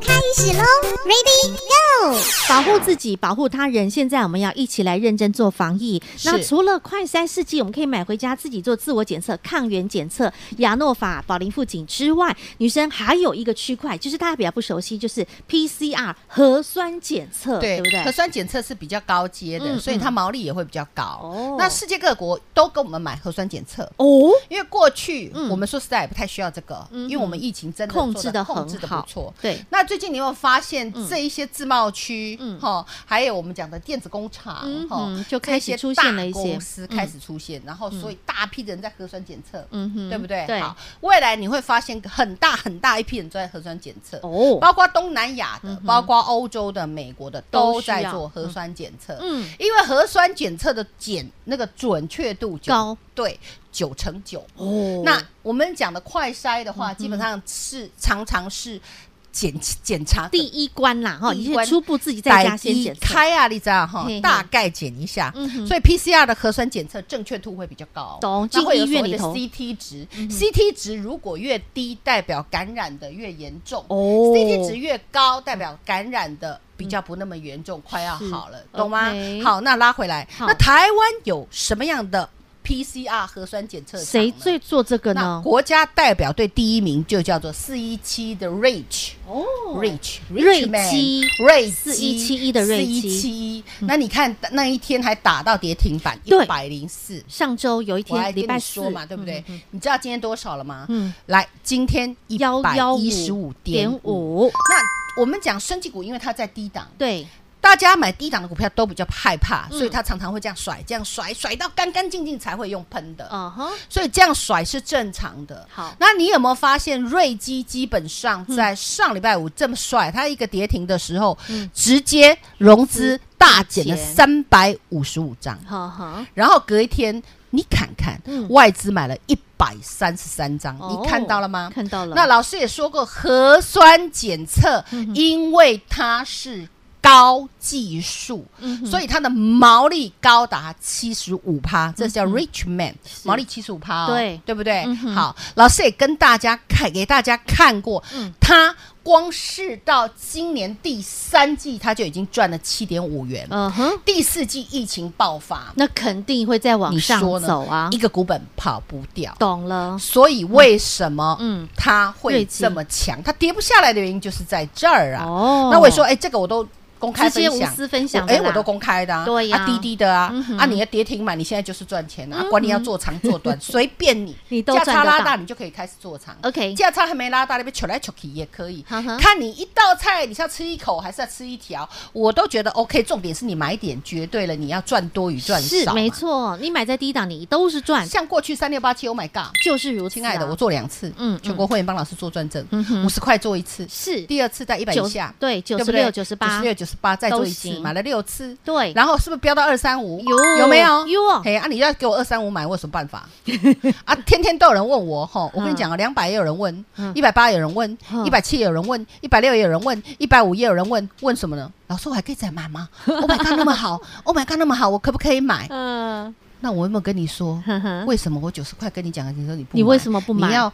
[SPEAKER 5] 开始喽，Ready Go！
[SPEAKER 2] 保护自己，保护他人。现在我们要一起来认真做防疫。
[SPEAKER 3] 是
[SPEAKER 2] 那除了快筛试剂，我们可以买回家自己做自我检测、抗原检测、亚诺法、保林富锦之外，女生还有一个区块，就是大家比较不熟悉，就是 PCR 核酸检测，对不
[SPEAKER 3] 核
[SPEAKER 2] 对？
[SPEAKER 3] 酸检测是比较高阶的，
[SPEAKER 2] 嗯
[SPEAKER 3] 所以它毛利也会比较高。
[SPEAKER 2] 哦
[SPEAKER 3] 那世界各国都跟我们买核酸检测，
[SPEAKER 2] 哦，
[SPEAKER 3] 因为过去、
[SPEAKER 2] 嗯
[SPEAKER 3] 我们说实在也不太需要这个，
[SPEAKER 2] 嗯哼
[SPEAKER 3] 因为我们疫情真的
[SPEAKER 2] 控
[SPEAKER 3] 做
[SPEAKER 2] 制
[SPEAKER 3] 得
[SPEAKER 2] 的
[SPEAKER 3] 控制
[SPEAKER 2] 很
[SPEAKER 3] 的
[SPEAKER 2] 好
[SPEAKER 3] 不错。
[SPEAKER 2] 对，
[SPEAKER 3] 那最近你有没有发现
[SPEAKER 2] 嗯
[SPEAKER 3] 这一些自贸区，
[SPEAKER 2] 嗯
[SPEAKER 3] 哈、还有我们讲的电子工厂，
[SPEAKER 2] 嗯
[SPEAKER 3] 哈、
[SPEAKER 2] 哼就开始出现了一些
[SPEAKER 3] 这大公司开
[SPEAKER 2] 嗯
[SPEAKER 3] 始出现，然后所以大批的人在核酸检测，
[SPEAKER 2] 嗯哼
[SPEAKER 3] 对不对？
[SPEAKER 2] 对
[SPEAKER 3] 好，未来你会发现很大很大一批人都在核酸检测，
[SPEAKER 2] 哦，
[SPEAKER 3] 包括东南亚的，
[SPEAKER 2] 嗯哼
[SPEAKER 3] 包括欧洲的、美国的，
[SPEAKER 2] 都
[SPEAKER 3] 都
[SPEAKER 2] 需要
[SPEAKER 3] 在做核酸检测。
[SPEAKER 2] 嗯，
[SPEAKER 3] 因为核酸检测的检那个准确度就
[SPEAKER 2] 高，
[SPEAKER 3] 对，九成九。
[SPEAKER 2] 哦嗯
[SPEAKER 3] 那我们讲的快筛的话，基本上是常常是检检查
[SPEAKER 2] 第一关啦，哈，
[SPEAKER 3] 第
[SPEAKER 2] 你
[SPEAKER 3] 一
[SPEAKER 2] 是
[SPEAKER 3] 关
[SPEAKER 2] 初步自己在家先检测，
[SPEAKER 3] 开啊，你知道哈
[SPEAKER 2] 嘿嘿，
[SPEAKER 3] 大概检一下
[SPEAKER 2] 嗯哼。
[SPEAKER 3] 所以 PCR 的核酸检测正确度会比较高，
[SPEAKER 2] 懂
[SPEAKER 3] 那会有
[SPEAKER 2] 进医院
[SPEAKER 3] 所谓的
[SPEAKER 2] 里头嗯
[SPEAKER 3] CT 值，CT 值如果越低，代表感染的越严重。
[SPEAKER 2] 哦
[SPEAKER 3] CT 值越高，代表感染的比较不那么严重，快要好了，懂吗
[SPEAKER 2] OK？
[SPEAKER 3] 好，那拉回来，
[SPEAKER 2] 好
[SPEAKER 3] 那台湾有什么样的 PCR 核酸检测？
[SPEAKER 2] 谁最？做这个
[SPEAKER 3] 那
[SPEAKER 2] 呢？
[SPEAKER 3] 国家代表队第一名就叫做四一七的 Reach。
[SPEAKER 2] 哦
[SPEAKER 3] Rich
[SPEAKER 2] 瑞
[SPEAKER 3] Richman，
[SPEAKER 2] 基
[SPEAKER 3] 瑞
[SPEAKER 2] 4171的瑞基
[SPEAKER 3] 四一七，嗯那你看那一天还打到跌停板
[SPEAKER 2] 对
[SPEAKER 3] 一百零四，
[SPEAKER 2] 上周有一
[SPEAKER 3] 我还
[SPEAKER 2] 天
[SPEAKER 3] 跟
[SPEAKER 2] 礼拜
[SPEAKER 3] 你
[SPEAKER 2] 四
[SPEAKER 3] 说嘛，对不对？你知道今天多少了吗？
[SPEAKER 2] 嗯，
[SPEAKER 3] 来，今天一百一十
[SPEAKER 2] 115
[SPEAKER 3] 五
[SPEAKER 2] 点
[SPEAKER 3] 点五。
[SPEAKER 2] 五，
[SPEAKER 3] 那我们讲生技股，因为它在低档，
[SPEAKER 2] 对，
[SPEAKER 3] 大家买低档的股票都比较害怕，
[SPEAKER 2] 嗯
[SPEAKER 3] 所以它常常会这样甩，这样甩，甩到干干净净才会用喷的。
[SPEAKER 2] 嗯哼，
[SPEAKER 3] 所以这样甩是正常的。
[SPEAKER 2] 好嗯
[SPEAKER 3] 那你有没有发现瑞基基本上在上礼拜五这么甩，它一个跌停的时候，直接融资大减了三百五十五张，
[SPEAKER 2] 好好，
[SPEAKER 3] 然后隔一天你看看、
[SPEAKER 2] 嗯
[SPEAKER 3] 外资买了一百三十三张，
[SPEAKER 2] 哦
[SPEAKER 3] 你看到了吗？
[SPEAKER 2] 看到了，嗯
[SPEAKER 3] 那老师也说过，核酸检测，因为它是高技术，
[SPEAKER 2] 嗯
[SPEAKER 3] 所以它的毛利高达七十五趴，这叫 rich man，毛利七十五趴哦，
[SPEAKER 2] 嗯对
[SPEAKER 3] 对不对
[SPEAKER 2] 嗯？哼
[SPEAKER 3] 好，老师也跟大家看，给大家看过
[SPEAKER 2] 嗯，
[SPEAKER 3] 它光是到今年第三季，它就已经赚了七点五元，
[SPEAKER 2] 嗯哼，
[SPEAKER 3] 第四季疫情爆发，
[SPEAKER 2] 那肯定会再往
[SPEAKER 3] 你
[SPEAKER 2] 上
[SPEAKER 3] 说呢
[SPEAKER 2] 走啊
[SPEAKER 3] 一，个股本跑不掉。
[SPEAKER 2] 懂了，
[SPEAKER 3] 所以为什么
[SPEAKER 2] 嗯嗯
[SPEAKER 3] 嗯它
[SPEAKER 2] 瑞
[SPEAKER 3] 会
[SPEAKER 2] 基
[SPEAKER 3] 这么强？它跌不下来的原因就是在这儿啊。
[SPEAKER 2] 哦
[SPEAKER 3] 那我也说，哎，这个我都公开
[SPEAKER 2] 直
[SPEAKER 3] 分
[SPEAKER 2] 接无
[SPEAKER 3] 享。
[SPEAKER 2] 私分享
[SPEAKER 3] 我
[SPEAKER 2] 的
[SPEAKER 3] 哎，
[SPEAKER 2] 啦，
[SPEAKER 3] 我都公开的啊，
[SPEAKER 2] 对呀
[SPEAKER 3] 啊滴滴的啊
[SPEAKER 2] 嗯哼，嗯
[SPEAKER 3] 啊，你要跌停买，你现在就是赚钱啊，管你要做长做短，随便你，
[SPEAKER 2] [laughs] 你都
[SPEAKER 3] 价
[SPEAKER 2] 赚得
[SPEAKER 3] 差拉大，
[SPEAKER 2] 到
[SPEAKER 3] 你就可以开始做长。
[SPEAKER 2] OK 嗯
[SPEAKER 3] 价差还没拉大，那边求来求去也可以
[SPEAKER 2] 哈哈，
[SPEAKER 3] 看你一道菜你是要吃一口还是要吃一条，我都觉得 OK。重点是你买点绝对了，你要赚多与赚
[SPEAKER 2] 是
[SPEAKER 3] 少，
[SPEAKER 2] 没。错，你买在低档，你都是赚，
[SPEAKER 3] 像过去三六八七，Oh my God，
[SPEAKER 2] 就是如此啊，
[SPEAKER 3] 亲爱的，我做两次，
[SPEAKER 2] 嗯
[SPEAKER 3] 嗯，全国会员帮老师做转正
[SPEAKER 2] 嗯哼，
[SPEAKER 3] 五十块做一次，
[SPEAKER 2] 是
[SPEAKER 3] 第二次在一百
[SPEAKER 2] 九
[SPEAKER 3] 以下，
[SPEAKER 2] 对
[SPEAKER 3] 对
[SPEAKER 2] 九
[SPEAKER 3] 不
[SPEAKER 2] 十
[SPEAKER 3] 对
[SPEAKER 2] 六九十八
[SPEAKER 3] 九十六、九十八再做一
[SPEAKER 2] 都
[SPEAKER 3] 次，
[SPEAKER 2] 行
[SPEAKER 3] 买了六次，
[SPEAKER 2] 对
[SPEAKER 3] 然后是不是飙到二三五？
[SPEAKER 2] 有
[SPEAKER 3] 有没有？
[SPEAKER 2] 有
[SPEAKER 3] 嘿，啊，你要给我二三五买，我有什么办法？ [laughs] 啊，天天都有人问我，吼，我跟你讲啊，两百也有人问
[SPEAKER 2] 嗯，
[SPEAKER 3] 一百八有人问
[SPEAKER 2] 嗯，
[SPEAKER 3] 一百七有人问，一百六也有人问，一百五也有人问，问什么呢？老师，我还可以再
[SPEAKER 2] [laughs]
[SPEAKER 3] 买吗？Oh my god，那么好！Oh my god，那么好，我可不可以买？
[SPEAKER 2] 嗯，
[SPEAKER 3] 那我有没有跟你说
[SPEAKER 2] 呵呵？
[SPEAKER 3] 为什么我九十块跟你讲，你说你不买？
[SPEAKER 2] 嗯你为什么不买
[SPEAKER 3] 你要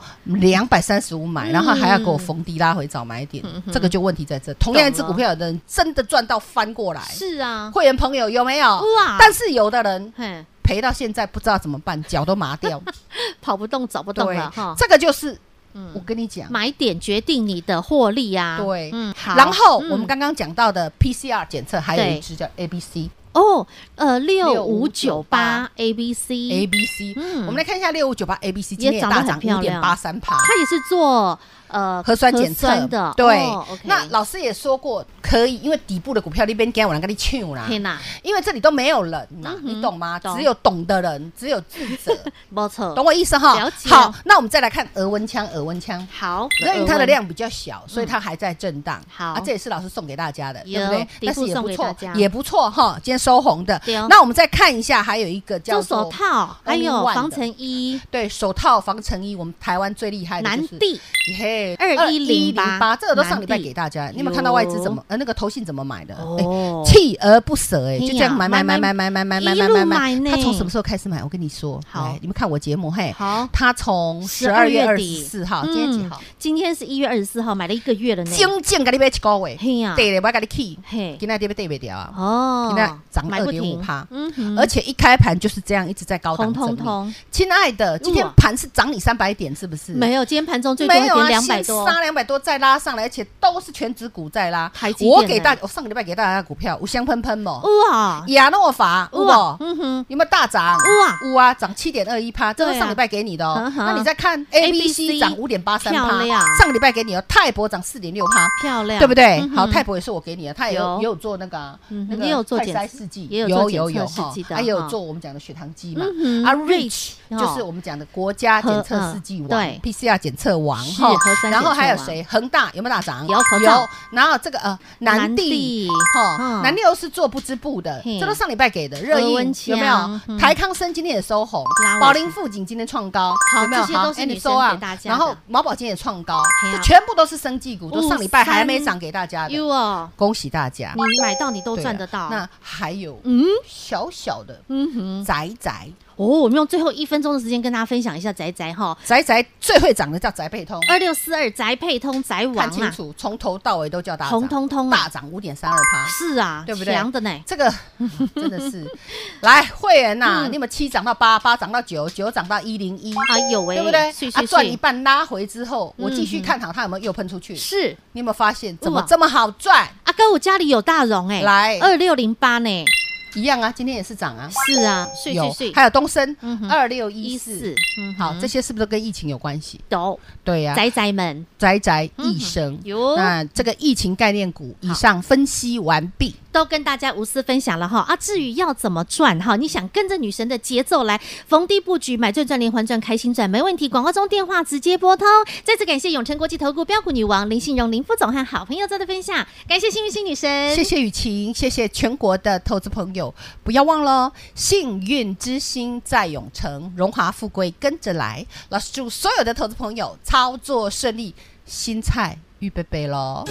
[SPEAKER 3] 两百三十五买，
[SPEAKER 2] 嗯
[SPEAKER 3] 然后还要给我逢低拉回找买点，这个就问题在这。同样一只股票，有的人真的赚到翻过来，
[SPEAKER 2] 是啊，
[SPEAKER 3] 会员朋友有没有？
[SPEAKER 2] 哇
[SPEAKER 3] 但是有的人
[SPEAKER 2] 嘿，
[SPEAKER 3] 赔到现在不知道怎么办，脚都麻掉。
[SPEAKER 2] 跑不动，走不动
[SPEAKER 3] 对
[SPEAKER 2] 了哈，。
[SPEAKER 3] 这个就是
[SPEAKER 2] 嗯
[SPEAKER 3] 我跟你讲，
[SPEAKER 2] 买点决定你的获利呀、啊。
[SPEAKER 3] 对
[SPEAKER 2] 嗯，好。
[SPEAKER 3] 然后
[SPEAKER 2] 嗯
[SPEAKER 3] 我们刚刚讲到的 PCR 检测，还有
[SPEAKER 2] 对
[SPEAKER 3] 一只叫 ABC。
[SPEAKER 2] 哦，呃，六五九八
[SPEAKER 3] 6598
[SPEAKER 2] A B C，
[SPEAKER 3] A B C，
[SPEAKER 2] 嗯
[SPEAKER 3] 我们来看一下六五九八 A B C，今天
[SPEAKER 2] 也
[SPEAKER 3] 也
[SPEAKER 2] 涨得
[SPEAKER 3] 大
[SPEAKER 2] 很
[SPEAKER 3] 涨
[SPEAKER 2] 漂
[SPEAKER 3] 五
[SPEAKER 2] 亮
[SPEAKER 3] 点八三趴，
[SPEAKER 2] 它也是做呃
[SPEAKER 3] 核酸检测
[SPEAKER 2] 酸的。
[SPEAKER 3] 对
[SPEAKER 2] 哦、，OK。
[SPEAKER 3] 那老师也说过，可以，因为底部的股票那边给我人跟你抢啦，
[SPEAKER 2] 天哪，
[SPEAKER 3] 因为这里都没有人呐、
[SPEAKER 2] 嗯哼
[SPEAKER 3] 你懂吗？
[SPEAKER 2] 懂
[SPEAKER 3] 只有懂的
[SPEAKER 2] [laughs]
[SPEAKER 3] 人，只有智者，
[SPEAKER 2] 没错，
[SPEAKER 3] 懂我意思哈
[SPEAKER 2] 了？解
[SPEAKER 3] 好，那我们再来看额温枪，额温枪。
[SPEAKER 2] 好，
[SPEAKER 3] 因为
[SPEAKER 2] 额
[SPEAKER 3] 它的
[SPEAKER 2] 温嗯
[SPEAKER 3] 量比较小，所以它还在震荡。
[SPEAKER 2] 好
[SPEAKER 3] 啊，这也是老师送给大家的，对
[SPEAKER 2] 有
[SPEAKER 3] 不对？
[SPEAKER 2] 底
[SPEAKER 3] 但
[SPEAKER 2] 部
[SPEAKER 3] 是也
[SPEAKER 2] 送
[SPEAKER 3] 不
[SPEAKER 2] 给大
[SPEAKER 3] 错
[SPEAKER 2] 家，
[SPEAKER 3] 也不错哈。今天收红的
[SPEAKER 2] 对哦。
[SPEAKER 3] 那我们再看一下，还有一个叫
[SPEAKER 2] 做
[SPEAKER 3] 做
[SPEAKER 2] 手套，还有
[SPEAKER 3] Only One
[SPEAKER 2] 防
[SPEAKER 3] 的
[SPEAKER 2] 尘衣，
[SPEAKER 3] 对手套防尘衣，我们台湾最厉害的
[SPEAKER 2] 南
[SPEAKER 3] 哎就是
[SPEAKER 2] 帝
[SPEAKER 3] 嘿，
[SPEAKER 2] 2108
[SPEAKER 3] 这个都上礼拜
[SPEAKER 2] 南帝
[SPEAKER 3] 给大家。你有没有看到外资怎么
[SPEAKER 2] 有
[SPEAKER 3] 呃那个投信怎么买的？哎
[SPEAKER 2] 哦，
[SPEAKER 3] 锲而不舍哎，就这样
[SPEAKER 2] 哎呀
[SPEAKER 3] 买买买
[SPEAKER 2] 买
[SPEAKER 3] 买买买买买
[SPEAKER 2] 一路
[SPEAKER 3] 买
[SPEAKER 2] 买呢
[SPEAKER 3] 他从什么时候开始买？我跟你说，哎
[SPEAKER 2] 好
[SPEAKER 3] 来你们看我节目嘿，
[SPEAKER 2] 好，
[SPEAKER 3] 他从十二月二十四号，今天几号
[SPEAKER 2] 嗯？？今天是一月二十四号，买了一个月了呢。
[SPEAKER 3] 精进给你买一个月，
[SPEAKER 2] 嘿呀，
[SPEAKER 3] 对嘞，我给你去，
[SPEAKER 2] 嘿，
[SPEAKER 3] 今天对不对不掉啊？
[SPEAKER 2] 哦
[SPEAKER 3] 今天涨
[SPEAKER 2] 买
[SPEAKER 3] 二
[SPEAKER 2] 不
[SPEAKER 3] 点五
[SPEAKER 2] 停，
[SPEAKER 3] 趴，
[SPEAKER 2] 嗯哼，
[SPEAKER 3] 而且一开盘就是这样一直在高档
[SPEAKER 2] 通通
[SPEAKER 3] 整理。
[SPEAKER 2] 通
[SPEAKER 3] 亲爱的，今天
[SPEAKER 2] 哇
[SPEAKER 3] 盘是涨你三百点，是不是？
[SPEAKER 2] 没有，今天盘中最多
[SPEAKER 3] 没有
[SPEAKER 2] 点
[SPEAKER 3] 啊，
[SPEAKER 2] 两百多，
[SPEAKER 3] 杀两百多再拉上来，而且都是全指股在拉
[SPEAKER 2] 台。积电
[SPEAKER 3] 我给大
[SPEAKER 2] 呢，
[SPEAKER 3] 我上个礼拜给大家的股票，五香喷喷嘛，
[SPEAKER 2] 哇
[SPEAKER 3] 亚诺法，有
[SPEAKER 2] 哇，
[SPEAKER 3] 不？
[SPEAKER 2] 嗯哼，
[SPEAKER 3] 有没有大涨？
[SPEAKER 2] 哇
[SPEAKER 3] 有啊，涨七点二一趴，这
[SPEAKER 2] 对啊
[SPEAKER 3] 是上礼拜给你的哦
[SPEAKER 2] 嗯。哼
[SPEAKER 3] 那你再看 A、B、
[SPEAKER 2] ABC
[SPEAKER 3] C 涨五点八三
[SPEAKER 2] 漂
[SPEAKER 3] 趴
[SPEAKER 2] 亮，
[SPEAKER 3] 上个礼拜给你哦，泰博涨四点六趴。
[SPEAKER 2] 漂亮，
[SPEAKER 3] 对不对
[SPEAKER 2] 嗯？哼
[SPEAKER 3] 好，泰博也是我给你的，他也有
[SPEAKER 2] 有
[SPEAKER 3] 也有做那个啊
[SPEAKER 2] 嗯哼
[SPEAKER 3] 那个
[SPEAKER 2] 也有做
[SPEAKER 3] 快
[SPEAKER 2] 检
[SPEAKER 3] 筛试剂，
[SPEAKER 2] 也有做
[SPEAKER 3] 有
[SPEAKER 2] 检
[SPEAKER 3] 有
[SPEAKER 2] 测
[SPEAKER 3] 哈
[SPEAKER 2] 试剂的
[SPEAKER 3] 啊也有
[SPEAKER 2] 哈
[SPEAKER 3] 做我们讲的血糖机嘛
[SPEAKER 2] 嗯哼，
[SPEAKER 3] 啊，Reach
[SPEAKER 2] 哦
[SPEAKER 3] 就是我们讲的国家检测试剂
[SPEAKER 2] 呵
[SPEAKER 3] 王
[SPEAKER 2] 嗯
[SPEAKER 3] ，PCR 检测王
[SPEAKER 2] 是
[SPEAKER 3] 哈
[SPEAKER 2] 核酸检测王
[SPEAKER 3] 然后还有谁？恒大有没有大涨？
[SPEAKER 2] 有口罩
[SPEAKER 3] 有，然后这个呃南
[SPEAKER 2] 帝
[SPEAKER 3] 帝
[SPEAKER 2] 嗯
[SPEAKER 3] 哈，南帝又是做不织布的，
[SPEAKER 2] 嘿
[SPEAKER 3] 这都上礼拜给的，热
[SPEAKER 2] 何文
[SPEAKER 3] 映
[SPEAKER 2] 强
[SPEAKER 3] 有没
[SPEAKER 2] 嗯
[SPEAKER 3] 有？台康生今天也收红
[SPEAKER 2] 拉尾，
[SPEAKER 3] 宝林富锦今天创高，
[SPEAKER 2] 好
[SPEAKER 3] 有没有？
[SPEAKER 2] 这些都是
[SPEAKER 3] 哎
[SPEAKER 2] 女
[SPEAKER 3] 你
[SPEAKER 2] 生
[SPEAKER 3] 收啊
[SPEAKER 2] 给大家的
[SPEAKER 3] 然后毛宝今天也创高
[SPEAKER 2] 嘿，啊
[SPEAKER 3] 这全部都是生技股，都上礼拜还没
[SPEAKER 2] 53
[SPEAKER 3] 涨给大家的，
[SPEAKER 2] 哟哦，
[SPEAKER 3] 恭喜大家，
[SPEAKER 2] 你买到你都
[SPEAKER 3] 对啊
[SPEAKER 2] 赚得到，
[SPEAKER 3] 那还有
[SPEAKER 2] 嗯
[SPEAKER 3] 小小的
[SPEAKER 2] 嗯哼，
[SPEAKER 3] 宅宅，
[SPEAKER 2] 哦，我们用最后一分钟的时间跟大家分享一下宅宅哈，
[SPEAKER 3] 宅宅最会涨的叫宅配通，
[SPEAKER 2] 二六四二宅配通宅哎王
[SPEAKER 3] 看清
[SPEAKER 2] 啊，
[SPEAKER 3] 楚，从头到尾都叫大涨，
[SPEAKER 2] 红通通啊
[SPEAKER 3] 大涨五点三二趴。
[SPEAKER 2] 是啊，
[SPEAKER 3] 对不对
[SPEAKER 2] 强的呢，
[SPEAKER 3] 这个 [laughs] 真的是，来会员呐、
[SPEAKER 2] 嗯
[SPEAKER 3] 你们七涨到八，八涨到九，九涨到一零一，
[SPEAKER 2] 哎呦喂，
[SPEAKER 3] 对不对？
[SPEAKER 2] 碎
[SPEAKER 3] 啊
[SPEAKER 2] 碎，
[SPEAKER 3] 赚一
[SPEAKER 2] 碎，
[SPEAKER 3] 半拉回之后，我继
[SPEAKER 2] 嗯
[SPEAKER 3] 续
[SPEAKER 2] 哼
[SPEAKER 3] 看好它有没有又喷出去。
[SPEAKER 2] 是
[SPEAKER 3] 你有没有发现怎么
[SPEAKER 2] 哇
[SPEAKER 3] 这么好赚？
[SPEAKER 2] 阿啊哥，我家里有大荣哎，
[SPEAKER 3] 来
[SPEAKER 2] 二六零八呢，
[SPEAKER 3] 一样啊，今天也是涨啊，
[SPEAKER 2] 是啊，碎碎
[SPEAKER 3] 有
[SPEAKER 2] 碎，
[SPEAKER 3] 还有东升
[SPEAKER 2] 嗯哼
[SPEAKER 3] 二六一四，，
[SPEAKER 2] 嗯哼，
[SPEAKER 3] 好，这些是不是都跟疫情有关系？
[SPEAKER 2] 都
[SPEAKER 3] 对呀，
[SPEAKER 2] 宅宅们
[SPEAKER 3] 宅宅
[SPEAKER 2] 嗯哼
[SPEAKER 3] 益生。
[SPEAKER 2] 哟，
[SPEAKER 3] 那这个疫情概念股以上分析完毕，
[SPEAKER 2] 都跟大家无私分享了哈啊！至于要怎么赚哈，你想跟着女神的节奏来逢低布局，买赚赚连环赚，开心赚，没问题。广告中电话直接拨通。再次感谢永诚国际投顾标股女王林信荣林副总和好朋友做的分享，感谢幸运星女神，
[SPEAKER 3] 谢谢雨晴，谢谢全国的投资朋友，不要忘了哦，幸运之星在永城，荣华富贵跟着来。老师祝所有的投资朋友操作顺利，新菜预备备喽。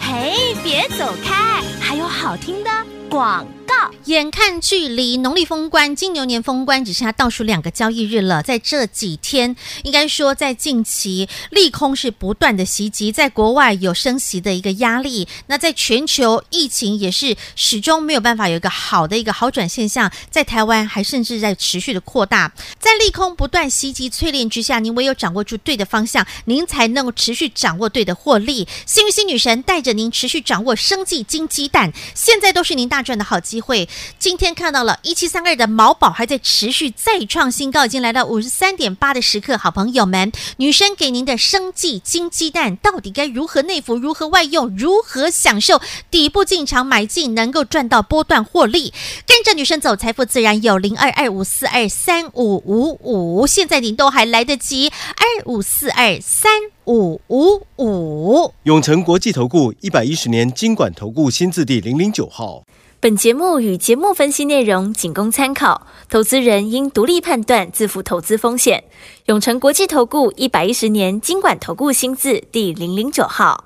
[SPEAKER 4] 嘿，别走开，还有好听的广告。
[SPEAKER 2] 眼看距离农历封关，金牛年封关只剩下倒数两个交易日了。在这几天，应该说在近期利空是不断的袭击，在国外有升息的一个压力，那在全球疫情也是始终没有办法有一个好的一个好转现象，在台湾还甚至在持续的扩大。在利空不断袭击淬炼之下，您唯有掌握住对的方向，您才能够持续掌握对的获利。幸运星女神带着您持续掌握生计金鸡蛋，现在都是您大赚的好机会。今天看到了一七三二的毛宝还在持续再创新高，已经来到五十三点八的时刻。好朋友们，女生给您的生计金鸡蛋到底该如何内服，如何外用，如何享受底部进场买进，能够赚到波段获利？跟着女生走，财富自然有。零二二五四二三五五五，现在您都还来得及，二五四二三五五五。
[SPEAKER 1] 永诚国际投顾一百一十年金管投顾新字第零零九号，
[SPEAKER 6] 本节目与节目分析内容仅供参考，投资人应独立判断，自负投资风险。永诚国际投顾一百一十年经管投顾新字第零零九号。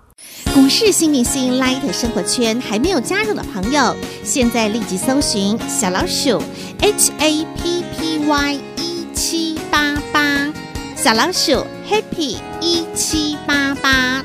[SPEAKER 2] 股市新明星 Light 生活圈还没有加入的朋友，现在立即搜寻小老鼠 HAPPY 一 E 七八八，小老鼠 Happy 一七八八，